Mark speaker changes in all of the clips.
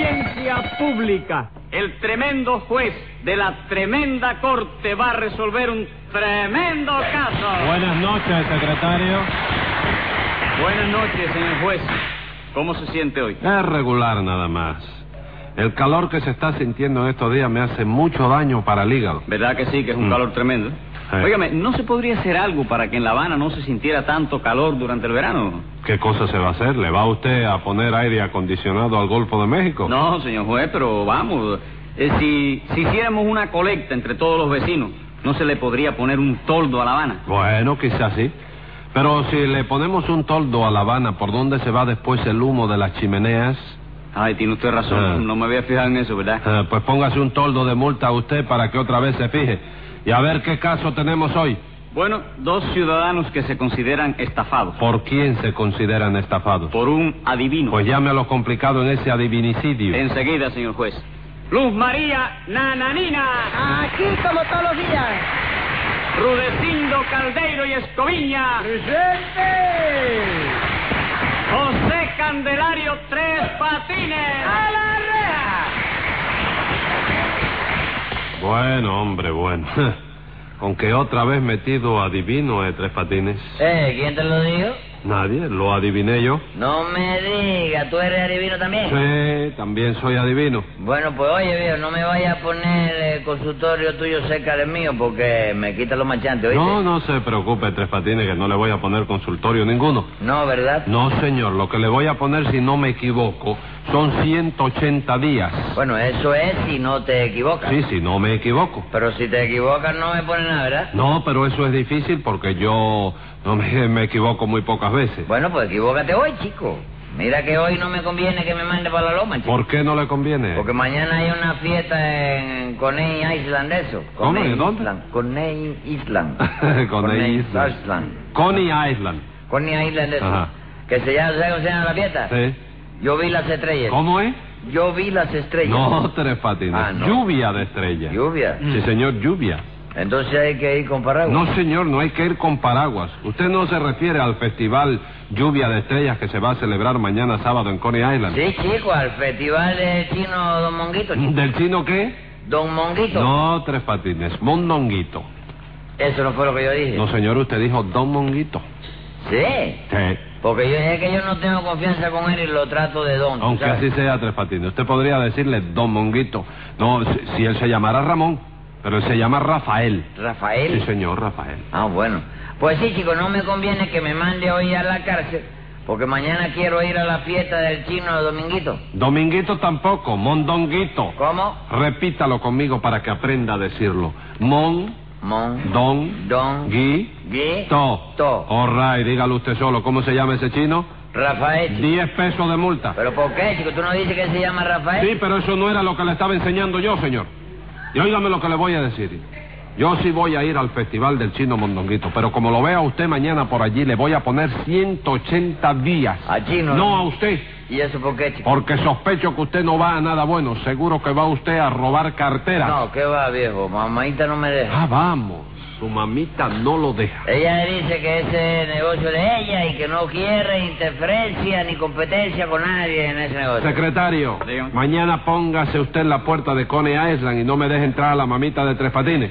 Speaker 1: Asamblea Pública. El tremendo juez de la tremenda corte va a resolver un tremendo caso.
Speaker 2: Buenas noches, secretario.
Speaker 1: Buenas noches, señor juez. ¿Cómo se siente hoy?
Speaker 2: Es regular nada más. El calor que se está sintiendo en estos días me hace mucho daño para el hígado.
Speaker 1: ¿Verdad que sí, que es un
Speaker 2: Mm.
Speaker 1: calor tremendo?
Speaker 2: Sí.
Speaker 1: Óigame, ¿no se podría hacer algo para que en La Habana no se sintiera tanto calor durante el verano?
Speaker 2: ¿Qué cosa se va a hacer? ¿Le va usted a poner aire acondicionado al Golfo de México?
Speaker 1: No, señor juez, pero vamos. eh, si, si hiciéramos una colecta entre todos los vecinos, ¿no se le podría poner un toldo a La Habana?
Speaker 2: Bueno, quizás sí. Pero si le ponemos un toldo a La Habana, ¿por dónde se va después el humo de las chimeneas?
Speaker 1: Ay, tiene usted razón.
Speaker 2: Ah.
Speaker 1: No me había fijado en eso, ¿verdad?
Speaker 2: Eh, pues póngase un toldo de multa a usted para que otra vez se fije. Y a ver qué caso tenemos hoy.
Speaker 1: Bueno, dos ciudadanos que se consideran estafados
Speaker 2: ¿Por quién se consideran estafados?
Speaker 1: por un adivino.
Speaker 2: Pues llame a lo complicado en ese adivinicidio.
Speaker 1: Enseguida, señor juez. Luz María Nananina,
Speaker 3: Aquí como todos los días.
Speaker 1: Rudecindo Caldeiro y Escoviña,
Speaker 3: ¡Presente!
Speaker 1: José Candelario Tres Patines.
Speaker 3: ¡A la reja!
Speaker 2: Bueno, hombre, bueno. Con que otra vez metido adivino de tres patines.
Speaker 4: Eh, ¿quién te lo dijo?
Speaker 2: Nadie, lo adiviné yo.
Speaker 4: No me digas, ¿tú eres adivino también?
Speaker 2: Sí, también soy adivino.
Speaker 4: Bueno, pues oye, viejo, no me vayas a poner el consultorio tuyo cerca del mío porque me quita los machantes, ¿oíste?
Speaker 2: No, no se preocupe, tres patines, que no le voy a poner consultorio ninguno.
Speaker 4: No, ¿verdad?
Speaker 2: No, señor, lo que le voy a poner, si no me equivoco, son 180 días.
Speaker 4: Bueno, eso es si no te equivocas.
Speaker 2: Sí, si no me equivoco.
Speaker 4: Pero si te equivocas no me pones nada, ¿verdad?
Speaker 2: No, pero eso es difícil porque yo no me, me equivoco muy pocas veces.
Speaker 4: Bueno, pues equivócate hoy, chico. Mira que hoy no me conviene que me mande para la loma, chico.
Speaker 2: ¿Por qué no le conviene?
Speaker 4: Porque mañana hay una fiesta en Coney Island, eso.
Speaker 2: ¿Cómo?
Speaker 4: Coney
Speaker 2: ¿De dónde?
Speaker 4: Island. Coney Island.
Speaker 2: Coney Island.
Speaker 4: Island.
Speaker 2: Coney Island.
Speaker 4: Coney Island, eso.
Speaker 2: Ajá.
Speaker 4: Que se llama, ¿sabes cómo se llama la fiesta?
Speaker 2: Sí.
Speaker 4: Yo vi las estrellas.
Speaker 2: ¿Cómo es?
Speaker 4: Yo vi las estrellas.
Speaker 2: No, tres patines.
Speaker 4: Ah, no.
Speaker 2: Lluvia de estrellas.
Speaker 4: Lluvia.
Speaker 2: Sí, señor, lluvia.
Speaker 4: Entonces hay que ir con paraguas.
Speaker 2: No, señor, no hay que ir con paraguas. Usted no se refiere al festival Lluvia de Estrellas que se va a celebrar mañana sábado en Coney Island. ¿Mm,
Speaker 4: Sí, chico, al festival de chino Don Monguito. chico.
Speaker 2: ¿Del chino qué?
Speaker 4: Don Monguito.
Speaker 2: No, tres patines. Mondonguito.
Speaker 4: Eso no fue lo que yo dije.
Speaker 2: No, señor, usted dijo Don Monguito.
Speaker 4: Sí.
Speaker 2: Sí.
Speaker 4: Porque yo dije que yo no tengo confianza con él y lo trato de don. ¿tú
Speaker 2: Aunque
Speaker 4: sabes?
Speaker 2: así sea tres patines. Usted podría decirle Don Monguito. No, si, si él se llamara Ramón, pero él se llama Rafael.
Speaker 4: Rafael.
Speaker 2: Sí, señor, Rafael.
Speaker 4: Ah, bueno. Pues sí, chico, no me conviene que me mande hoy a la cárcel. Porque mañana quiero ir a la fiesta del chino Dominguito.
Speaker 2: Dominguito tampoco, Mondonguito.
Speaker 4: ¿Cómo?
Speaker 2: Repítalo conmigo para que aprenda a decirlo. Mon,
Speaker 4: Mon.
Speaker 2: don,
Speaker 4: Don.
Speaker 2: gui,
Speaker 4: Gui-
Speaker 2: to.
Speaker 4: To.
Speaker 2: All right, dígalo usted solo. ¿Cómo se llama ese chino?
Speaker 4: Rafael. chico.
Speaker 2: Diez pesos de multa.
Speaker 4: ¿Pero por qué, chico? ¿Tú no dices que él se llama Rafael?
Speaker 2: Sí, pero eso no era lo que le estaba enseñando yo, señor. Y óigame lo que le voy a decir. Yo sí voy a ir al festival del chino mondonguito, pero como lo vea usted mañana por allí, le voy a poner 180 días.
Speaker 4: A chino.
Speaker 2: No a usted,
Speaker 4: ¿Y eso por qué, chico?
Speaker 2: porque sospecho que usted no va a nada bueno. Seguro que va usted a robar carteras.
Speaker 4: No, ¿qué va, viejo? Mamadita no me deja.
Speaker 2: Ah, vamos. Su mamita no lo deja.
Speaker 4: Ella dice que ese negocio es de ella y que no quiere interferencia ni competencia con nadie en ese negocio.
Speaker 2: Secretario,
Speaker 1: Dígame.
Speaker 2: mañana póngase usted en la puerta de Coney Island y no me deje entrar a la mamita de Tres Patines.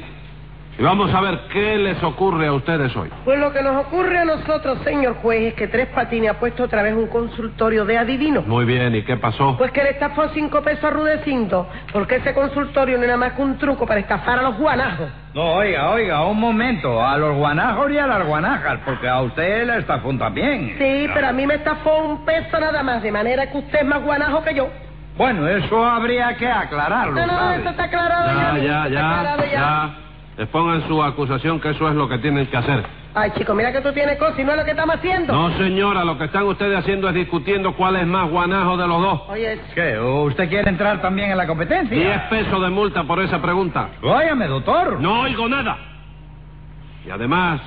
Speaker 2: Y vamos a ver qué les ocurre a ustedes hoy.
Speaker 3: Pues lo que nos ocurre a nosotros, señor juez, es que Tres Patines ha puesto otra vez un consultorio de adivinos.
Speaker 2: Muy bien, ¿y qué pasó?
Speaker 3: Pues que le estafó cinco pesos a Rudecindo, porque ese consultorio no era más que un truco para estafar a los guanajos.
Speaker 5: No, oiga, oiga, un momento. A los guanajos y a las guanajas, porque a usted la estafón también.
Speaker 3: Sí, pero a mí me estafó un peso nada más, de manera que usted es más guanajo que yo.
Speaker 5: Bueno, eso habría que aclararlo.
Speaker 3: No, no,
Speaker 5: ¿sabe?
Speaker 3: eso está aclarado ya.
Speaker 2: Ya, ya,
Speaker 3: está
Speaker 2: ya,
Speaker 3: aclarado
Speaker 2: ya. Les pongan su acusación que eso es lo que tienen que hacer.
Speaker 3: Ay, chico, mira que tú tienes cosas y no es lo que estamos haciendo.
Speaker 2: No, señora, lo que están ustedes haciendo es discutiendo cuál es más guanajo de los dos.
Speaker 3: Oye,
Speaker 5: ¿Qué? ¿Usted quiere entrar también en la competencia?
Speaker 2: Diez pesos de multa por esa pregunta.
Speaker 5: Óyame, doctor.
Speaker 2: No oigo nada. Y además,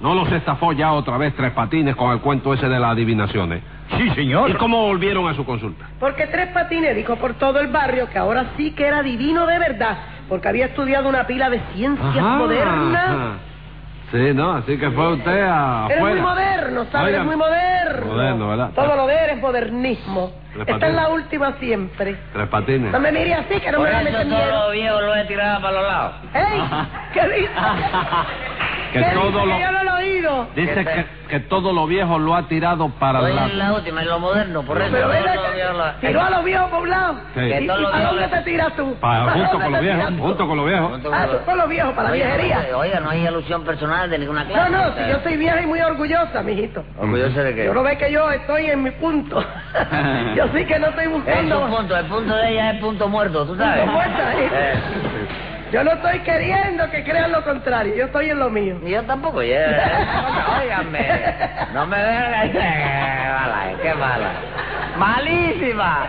Speaker 2: no los estafó ya otra vez Tres Patines con el cuento ese de las adivinaciones.
Speaker 5: Sí, señor.
Speaker 2: ¿Y cómo volvieron a su consulta?
Speaker 3: Porque Tres Patines dijo por todo el barrio que ahora sí que era divino de verdad, porque había estudiado una pila de ciencias
Speaker 2: Ajá,
Speaker 3: modernas,
Speaker 2: ajá. Sí, ¿no? Así que fue usted a.
Speaker 3: Eres
Speaker 2: afuera.
Speaker 3: muy moderno, ¿sabes?
Speaker 2: Oiga,
Speaker 3: Eres muy moderno.
Speaker 2: Moderno, ¿verdad?
Speaker 3: Todo lo de él es modernismo.
Speaker 2: Tres
Speaker 3: Esta es
Speaker 2: patines.
Speaker 3: la última siempre.
Speaker 2: Tres patines.
Speaker 3: No me mire así, que no
Speaker 4: Por
Speaker 3: me va a
Speaker 4: eso
Speaker 3: meter
Speaker 4: todos
Speaker 3: miedo.
Speaker 4: los viejos los he tirado para los lados.
Speaker 3: ¡Ey! ¿Qué dice?
Speaker 2: Que
Speaker 3: ¿Qué
Speaker 2: todo
Speaker 3: dice?
Speaker 2: lo-
Speaker 3: Que yo no lo he oído.
Speaker 2: Dice que, que todo lo viejo lo ha tirado para
Speaker 4: Hoy
Speaker 2: el
Speaker 4: es
Speaker 2: lado.
Speaker 4: la última, es lo moderno, por eso
Speaker 3: Pero
Speaker 4: todos
Speaker 3: ven
Speaker 4: los viejos
Speaker 3: acá,
Speaker 4: los-
Speaker 3: tiró a los viejos poblados.
Speaker 2: Sí.
Speaker 3: ¿Y,
Speaker 4: Que
Speaker 3: y
Speaker 4: todos los
Speaker 3: para dónde
Speaker 4: viejos-
Speaker 3: te tiras tú?
Speaker 2: Pa-
Speaker 3: ¿Para
Speaker 2: junto
Speaker 3: dónde
Speaker 2: con los
Speaker 3: te
Speaker 2: viejos,
Speaker 3: tiras tú?
Speaker 2: junto con los viejos.
Speaker 4: Junto
Speaker 3: Ah,
Speaker 4: con
Speaker 3: tú con los viejos, para la
Speaker 4: Oiga,
Speaker 3: viejería.
Speaker 4: Oiga, no hay alusión personal de ninguna
Speaker 3: No,
Speaker 4: clase.
Speaker 3: no, si yo soy vieja y muy orgullosa, mijito.
Speaker 4: Orgulloso de que...
Speaker 3: Yo no ve que yo estoy en mi punto. yo sí que no estoy
Speaker 4: Es
Speaker 3: buscando.
Speaker 4: un punto, el punto de ella es punto muerto, ¿tú sabes?
Speaker 3: Punto muerto, ahí.
Speaker 4: Eh,
Speaker 3: Yo no estoy queriendo que crean lo contrario. Yo estoy en lo mío.
Speaker 4: ni yo tampoco, ya. Óigame, no me vean. Qué mala, eh, qué mala. Malísima.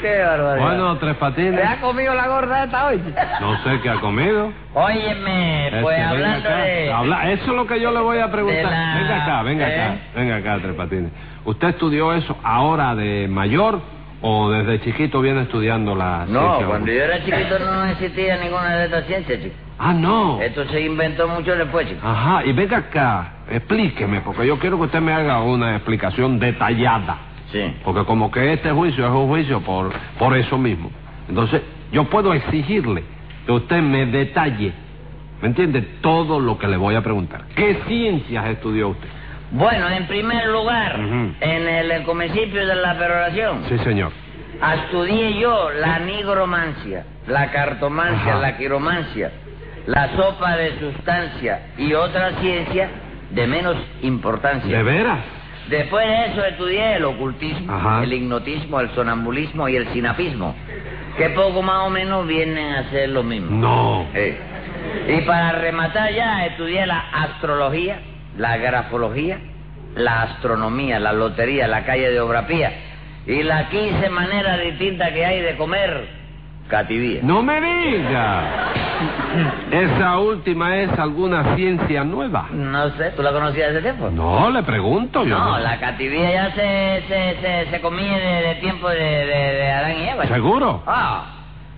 Speaker 4: Qué barbaridad.
Speaker 2: Bueno, tres
Speaker 4: ¿Te
Speaker 2: patines.
Speaker 4: ha comido la gorda esta hoy?
Speaker 2: No sé qué ha comido.
Speaker 4: Óyeme, pues
Speaker 2: Este, venga
Speaker 4: hablando
Speaker 2: acá.
Speaker 4: de...
Speaker 2: Habla- Eso es lo que yo le voy a preguntar.
Speaker 4: de la-
Speaker 2: Venga acá, venga
Speaker 4: ¿Eh?
Speaker 2: acá, venga acá, Tres Patines. ¿Usted estudió eso ahora de mayor o desde chiquito viene estudiando la
Speaker 4: No,
Speaker 2: ciencia?
Speaker 4: cuando yo era chiquito no existía ninguna de estas ciencias, chico.
Speaker 2: Ah, no.
Speaker 4: Esto se inventó mucho después, chico.
Speaker 2: Ajá, y venga acá, explíqueme, porque yo quiero que usted me haga una explicación detallada.
Speaker 4: Sí.
Speaker 2: Porque como que este juicio es un juicio por, por eso mismo. Entonces, yo puedo exigirle que usted me detalle, ¿me entiende? Todo lo que le voy a preguntar. ¿Qué ciencias estudió usted?
Speaker 4: Bueno, en primer lugar,
Speaker 2: Ujú.
Speaker 4: en el, eh, comecipio de la peroración,
Speaker 2: Sí, señor.
Speaker 4: estudié yo la nigromancia, la cartomancia,
Speaker 2: Ajá.
Speaker 4: la quiromancia, la sopa de sustancia y otra ciencia de menos importancia.
Speaker 2: ¿De veras?
Speaker 4: Después de eso estudié el ocultismo,
Speaker 2: Ajá.
Speaker 4: el hipnotismo, el sonambulismo y el sinapismo, que poco más o menos vienen a ser lo mismo.
Speaker 2: No.
Speaker 4: Eh, Y para rematar ya, estudié la astrología, la grafología, la astronomía, la lotería, la calle de Obrapía y las 15 maneras distintas que hay de comer cativía.
Speaker 2: No me diga. Esa última es alguna ciencia nueva.
Speaker 4: No sé, ¿tú la conocías hace tiempo?
Speaker 2: No, le pregunto yo.
Speaker 4: No, la cativía ya se, se, se, se comía de, de tiempo de, de, de Adán y Eva.
Speaker 2: ¿Seguro?
Speaker 4: Ah,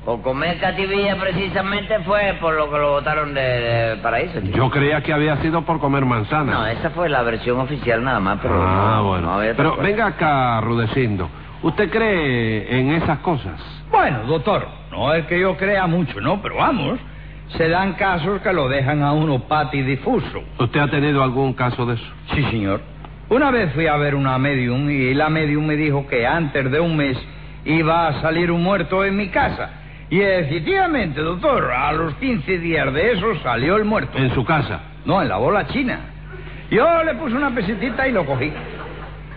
Speaker 4: por comer cativía precisamente fue por lo que lo votaron de, de paraíso. chico.
Speaker 2: Yo creía que había sido por comer
Speaker 4: No,
Speaker 2: manzana.
Speaker 4: esa fue la versión oficial nada más, pero...
Speaker 2: ah,
Speaker 4: no, no
Speaker 2: bueno.
Speaker 4: había
Speaker 2: Pero
Speaker 4: otra cosa.
Speaker 2: venga acá, Rudecindo. ¿Usted cree en esas cosas?
Speaker 5: Bueno, doctor, no es que yo crea mucho, ¿no? Pero vamos, se dan casos que lo dejan a uno patidifuso.
Speaker 2: ¿Usted ha tenido algún caso de eso?
Speaker 5: Sí, señor. Una vez fui a ver una medium y la medium me dijo que antes de un mes iba a salir un muerto en mi casa. Y efectivamente, doctor, a los 15 días de eso salió el muerto.
Speaker 2: En su casa.
Speaker 5: No, en la bola china. Yo le puse una pesetita y lo cogí.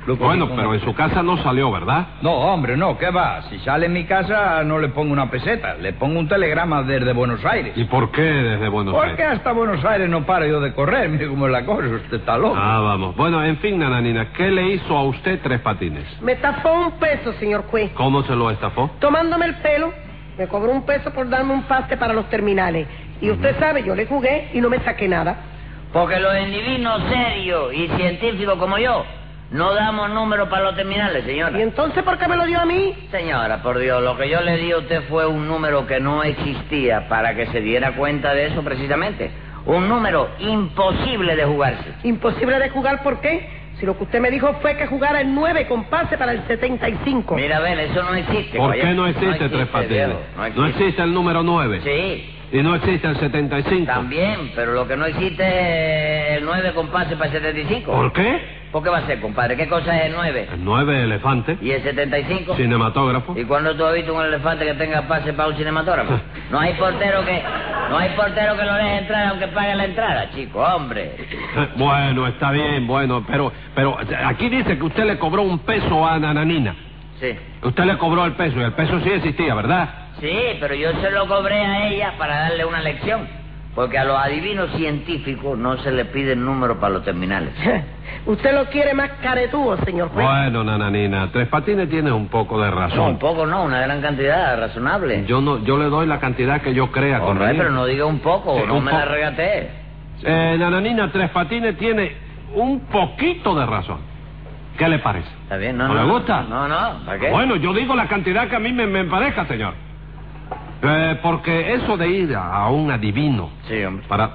Speaker 5: Lo cogí
Speaker 2: Bueno,
Speaker 5: con
Speaker 2: pero
Speaker 5: una
Speaker 2: en su casa no salió, ¿verdad?
Speaker 5: No, hombre, no, ¿qué va? Si sale en mi casa no le pongo una peseta, le pongo un telegrama desde Buenos Aires.
Speaker 2: ¿Y por qué desde Buenos
Speaker 5: Porque
Speaker 2: Aires?
Speaker 5: hasta Buenos Aires no paro yo de correr, mire cómo es la cosa, usted está loco.
Speaker 2: Ah, vamos. Bueno, en fin, Nananina, ¿qué le hizo a usted Tres Patines?
Speaker 3: Me tapó un peso, señor juez.
Speaker 2: ¿Cómo se lo estafó?
Speaker 3: Tomándome el pelo, me cobró un peso por darme un pase para los terminales. Y usted sabe, yo le jugué y no me saqué nada.
Speaker 4: Porque los individuos serios y científicos como yo no damos números para los terminales, señora.
Speaker 3: ¿Y entonces por qué me lo dio a mí?
Speaker 4: Señora, por Dios, lo que yo le di a usted fue un número que no existía para que se diera cuenta de eso precisamente. Un número imposible de jugarse.
Speaker 3: Imposible de jugar, ¿por qué? Si lo que usted me dijo fue que jugara el 9 con pase para el 75.
Speaker 4: Mira, ven, eso no existe.
Speaker 2: ¿Por
Speaker 4: caballero.
Speaker 2: qué no existe Tres Patines?
Speaker 4: viejo, No existe.
Speaker 2: No existe el número 9.
Speaker 4: Sí,
Speaker 2: Y no existe el 75.
Speaker 4: también, pero lo que no existe es el 9 con pase para el 75.
Speaker 2: ¿Por qué?
Speaker 4: ¿Por qué va a ser, compadre? ¿Qué cosa es el 9?
Speaker 2: El 9 elefante,
Speaker 4: ¿Y el 75?
Speaker 2: cinematógrafo.
Speaker 4: ¿Y cuándo tú has visto un elefante que tenga pase para un cinematógrafo? No hay portero que no hay portero que lo deje entrar aunque pague la entrada, chico, hombre.
Speaker 2: Eh, Bueno, está bien, bueno, pero pero aquí dice que usted le cobró un peso a Nananina.
Speaker 4: Sí.
Speaker 2: Usted le cobró el peso y el peso sí existía, ¿verdad?
Speaker 4: Sí, pero yo se lo cobré a ella para darle una lección. Porque a los adivinos científicos no se les pide el número para los terminales.
Speaker 3: usted lo quiere más caretúo, señor juez.
Speaker 2: Bueno, Nananina, Tres Patines tiene un poco de
Speaker 4: No, un
Speaker 2: razón.
Speaker 4: poco no, una gran cantidad, razonable.
Speaker 2: Yo no yo le doy la cantidad que yo crea
Speaker 4: Hombre,
Speaker 2: convenir.
Speaker 4: pero no diga un poco,
Speaker 2: Sí,
Speaker 4: no
Speaker 2: un
Speaker 4: me
Speaker 2: po-
Speaker 4: la regatee.
Speaker 2: Eh, Nananina, Tres Patines tiene un poquito de razón. ¿Qué le parece?
Speaker 4: Está bien, no,
Speaker 2: ¿No
Speaker 4: no.
Speaker 2: le gusta?
Speaker 4: No, no, ¿para qué?
Speaker 2: Bueno, yo digo la cantidad que a mí me, me parezca, señor. Eh, porque eso de ir a, a un adivino
Speaker 4: Sí, hombre.
Speaker 2: para...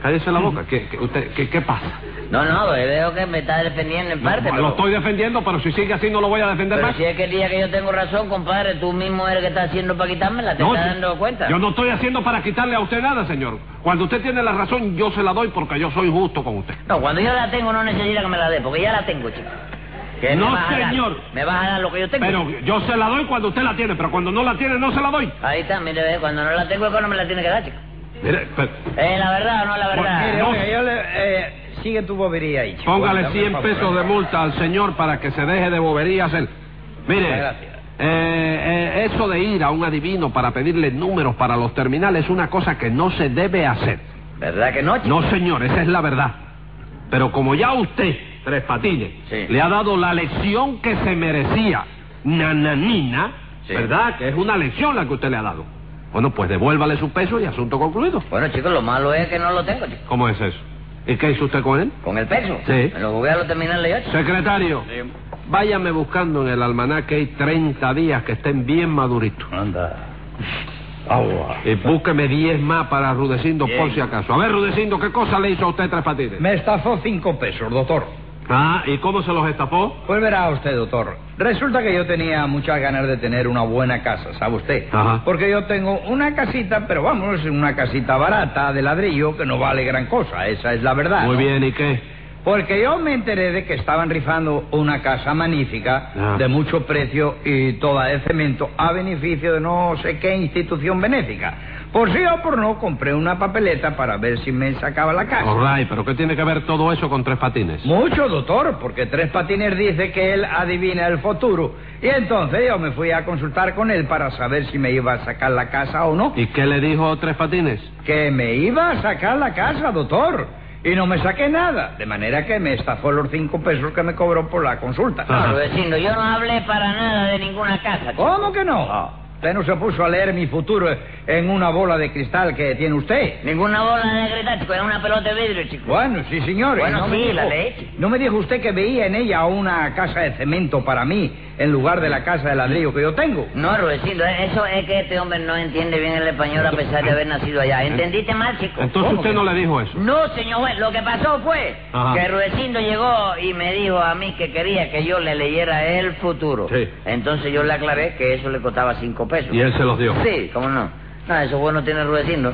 Speaker 2: Cállese la boca. ¿Qué, qué- usted, qué, qué pasa?
Speaker 4: No, no, eh, veo que me está defendiendo en parte.
Speaker 2: lo,
Speaker 4: pero-
Speaker 2: estoy defendiendo, pero si sigue así no lo voy a defender
Speaker 4: Pero
Speaker 2: más.
Speaker 4: si es que el día que yo tengo razón, compadre, tú mismo eres el que está haciendo para quitármela, te
Speaker 2: No,
Speaker 4: estás
Speaker 2: si-
Speaker 4: dando cuenta.
Speaker 2: Yo no estoy haciendo para quitarle a usted nada, señor. Cuando usted tiene la razón, yo se la doy porque yo soy justo con usted.
Speaker 4: No, cuando yo la tengo no necesita que me la dé, porque ya la tengo, chico. Que
Speaker 2: No,
Speaker 4: me vas a dar-
Speaker 2: señor.
Speaker 4: me vas a dar lo que yo tengo.
Speaker 2: Pero yo se la doy cuando usted la tiene, pero cuando no la tiene, no se la doy.
Speaker 4: Ahí está, mire, ve, cuando no la tengo es cuando me la tiene que dar, chico.
Speaker 2: Mire, pues, pero-
Speaker 4: ¿Es la verdad o no es la verdad?
Speaker 5: Mire,
Speaker 2: Pues No.
Speaker 5: oiga, yo le- eh, sigue tu bobería ahí, chico.
Speaker 2: póngale
Speaker 5: Dame
Speaker 2: 100
Speaker 5: el favor.
Speaker 2: pesos de multa al señor para que se deje de boberías él.
Speaker 5: Muchas
Speaker 2: Mire,
Speaker 5: gracias.
Speaker 2: eh, eh, eso de ir a un adivino para pedirle números para los terminales es una cosa que no se debe hacer.
Speaker 4: ¿Verdad que no, chico?
Speaker 2: No, señor, esa es la verdad. Pero como ya usted, Tres Patines,
Speaker 4: Sí.
Speaker 2: le ha dado la lección que se merecía, nananina,
Speaker 4: Sí.
Speaker 2: ¿verdad? Que es una lección la que usted le ha dado. Bueno, pues devuélvale su peso y asunto concluido.
Speaker 4: Bueno, chicos, lo malo es que no lo tengo, chico.
Speaker 2: ¿Cómo es eso? ¿Y qué hizo usted con él?
Speaker 4: Con el peso.
Speaker 2: Sí.
Speaker 4: Me lo jugué a lo terminarle yo, chico.
Speaker 2: Secretario,
Speaker 1: Sí.
Speaker 2: váyame buscando en el almanaque hay 30 días que estén bien maduritos.
Speaker 5: Anda. Agua.
Speaker 2: Y búsqueme 10 más para Rudecindo por
Speaker 1: Bien.
Speaker 2: si acaso. A ver, Rudecindo, ¿qué cosa le hizo a usted Tres Patines?
Speaker 5: Me estafó cinco pesos, doctor.
Speaker 2: Ah, ¿y cómo se los estapó?
Speaker 5: Pues verá usted, doctor. Resulta que yo tenía muchas ganas de tener una buena casa, ¿sabe usted?
Speaker 2: Ajá.
Speaker 5: Porque yo tengo una casita, pero vamos, una casita barata de ladrillo que no vale gran cosa, esa es la verdad.
Speaker 2: Muy
Speaker 5: ¿no?
Speaker 2: bien, ¿y qué?
Speaker 5: Porque yo me enteré de que estaban rifando una casa magnífica,
Speaker 2: Ah.
Speaker 5: de mucho precio y toda de cemento, a beneficio de no sé qué institución benéfica. Por sí o por no, compré una papeleta para ver si me sacaba la casa.
Speaker 2: All right, Oh, pero ¿qué tiene que ver todo eso con tres patines?
Speaker 5: Mucho, doctor, porque Tres Patines dice que él adivina el futuro. Y entonces yo me fui a consultar con él para saber si me iba a sacar la casa o no.
Speaker 2: ¿Y qué le dijo tres patines?
Speaker 5: Que me iba a sacar la casa, doctor. Y no me saqué nada. De manera que me estafó los cinco pesos que me cobró por la consulta.
Speaker 2: Ah.
Speaker 4: Claro, vecino, yo no hablé para nada de ninguna casa, chico.
Speaker 5: ¿Cómo que no?
Speaker 4: Ah.
Speaker 5: Usted no se puso a leer mi futuro en una bola de cristal que tiene usted.
Speaker 4: Ninguna bola de gritar, chico, era una pelota de vidrio, chico.
Speaker 5: Bueno, sí, señor. y
Speaker 4: Bueno,
Speaker 5: me
Speaker 4: sí,
Speaker 5: dijo-
Speaker 4: la leche.
Speaker 5: No me dijo usted que veía en ella una casa de cemento para mí en lugar de la casa de ladrillo que yo tengo.
Speaker 4: No, Rudecindo, eso es que este hombre no entiende bien el español a pesar de haber nacido allá. ¿Entendiste mal, chico?
Speaker 2: Entonces usted no le dijo eso.
Speaker 4: No, señor juez, lo que pasó fue
Speaker 2: Ajá.
Speaker 4: que Rudecindo llegó y me dijo a mí que quería que yo le leyera el futuro.
Speaker 2: Sí.
Speaker 4: Entonces yo le aclaré que eso le costaba cinco pesos.
Speaker 2: Y él se los dio.
Speaker 4: Sí, cómo no. No, eso bueno tiene Rudecindo.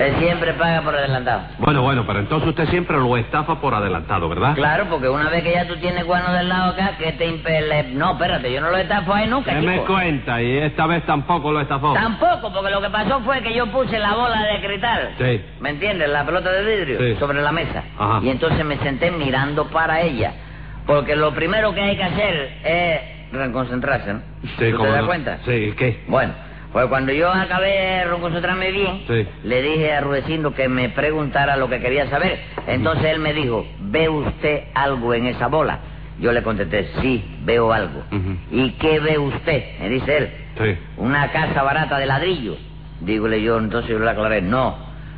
Speaker 4: Él siempre paga por adelantado.
Speaker 2: Bueno, bueno, pero entonces usted siempre lo estafa por adelantado, ¿verdad?
Speaker 4: Claro, porque una vez que ya tú tienes guano del lado acá, que te impele... No, espérate, yo no lo estafo ahí nunca,
Speaker 2: ¿Qué
Speaker 4: chico.
Speaker 2: me cuenta? Y esta vez tampoco lo estafó.
Speaker 4: Tampoco, porque lo que pasó fue que yo puse la bola de cristal.
Speaker 2: Sí.
Speaker 4: ¿Me entiendes? La pelota de vidrio
Speaker 2: Sí.
Speaker 4: sobre la mesa.
Speaker 2: Ajá.
Speaker 4: Y entonces me senté mirando para ella. Porque lo primero que hay que hacer es reconcentrarse, ¿no?
Speaker 2: Sí,
Speaker 4: ¿Tú
Speaker 2: cómo
Speaker 4: te das
Speaker 2: no.
Speaker 4: cuenta?
Speaker 2: Sí, ¿y ¿qué?
Speaker 4: Bueno, pues cuando yo acabé de reconcentrarme bien,
Speaker 2: Sí.
Speaker 4: le dije a Rudecindo que me preguntara lo que quería saber. Entonces él me dijo, ¿ve usted algo en esa bola? Yo le contesté, sí, veo algo.
Speaker 2: Ujú.
Speaker 4: ¿Y qué ve usted? Me dice él.
Speaker 2: Sí.
Speaker 4: Una casa barata de ladrillo. Dígole yo, entonces yo le aclaré, no,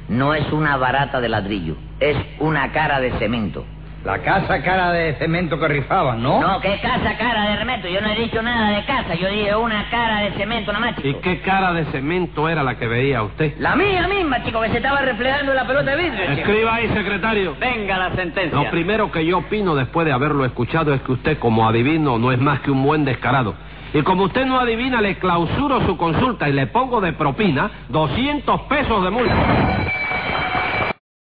Speaker 4: no es una barata de ladrillo, es una cara de cemento.
Speaker 5: La casa cara de cemento que rifaban,
Speaker 2: ¿Oh?
Speaker 5: ¿no?
Speaker 4: No, que casa cara de remeto, yo no he dicho nada de casa, yo dije una cara de cemento nomás,
Speaker 2: ¿Y
Speaker 4: chico.
Speaker 2: qué cara de cemento era la que veía usted?
Speaker 4: La mía misma, chico, que se estaba reflejando en la pelota de vidrio, chico.
Speaker 2: Escriba ahí, secretario.
Speaker 1: Venga la sentencia.
Speaker 2: Lo primero que yo opino después de haberlo escuchado es que usted, como adivino, no es más que un buen descarado. Y como usted no adivina, le clausuro su consulta y le pongo de propina 200 pesos de multa.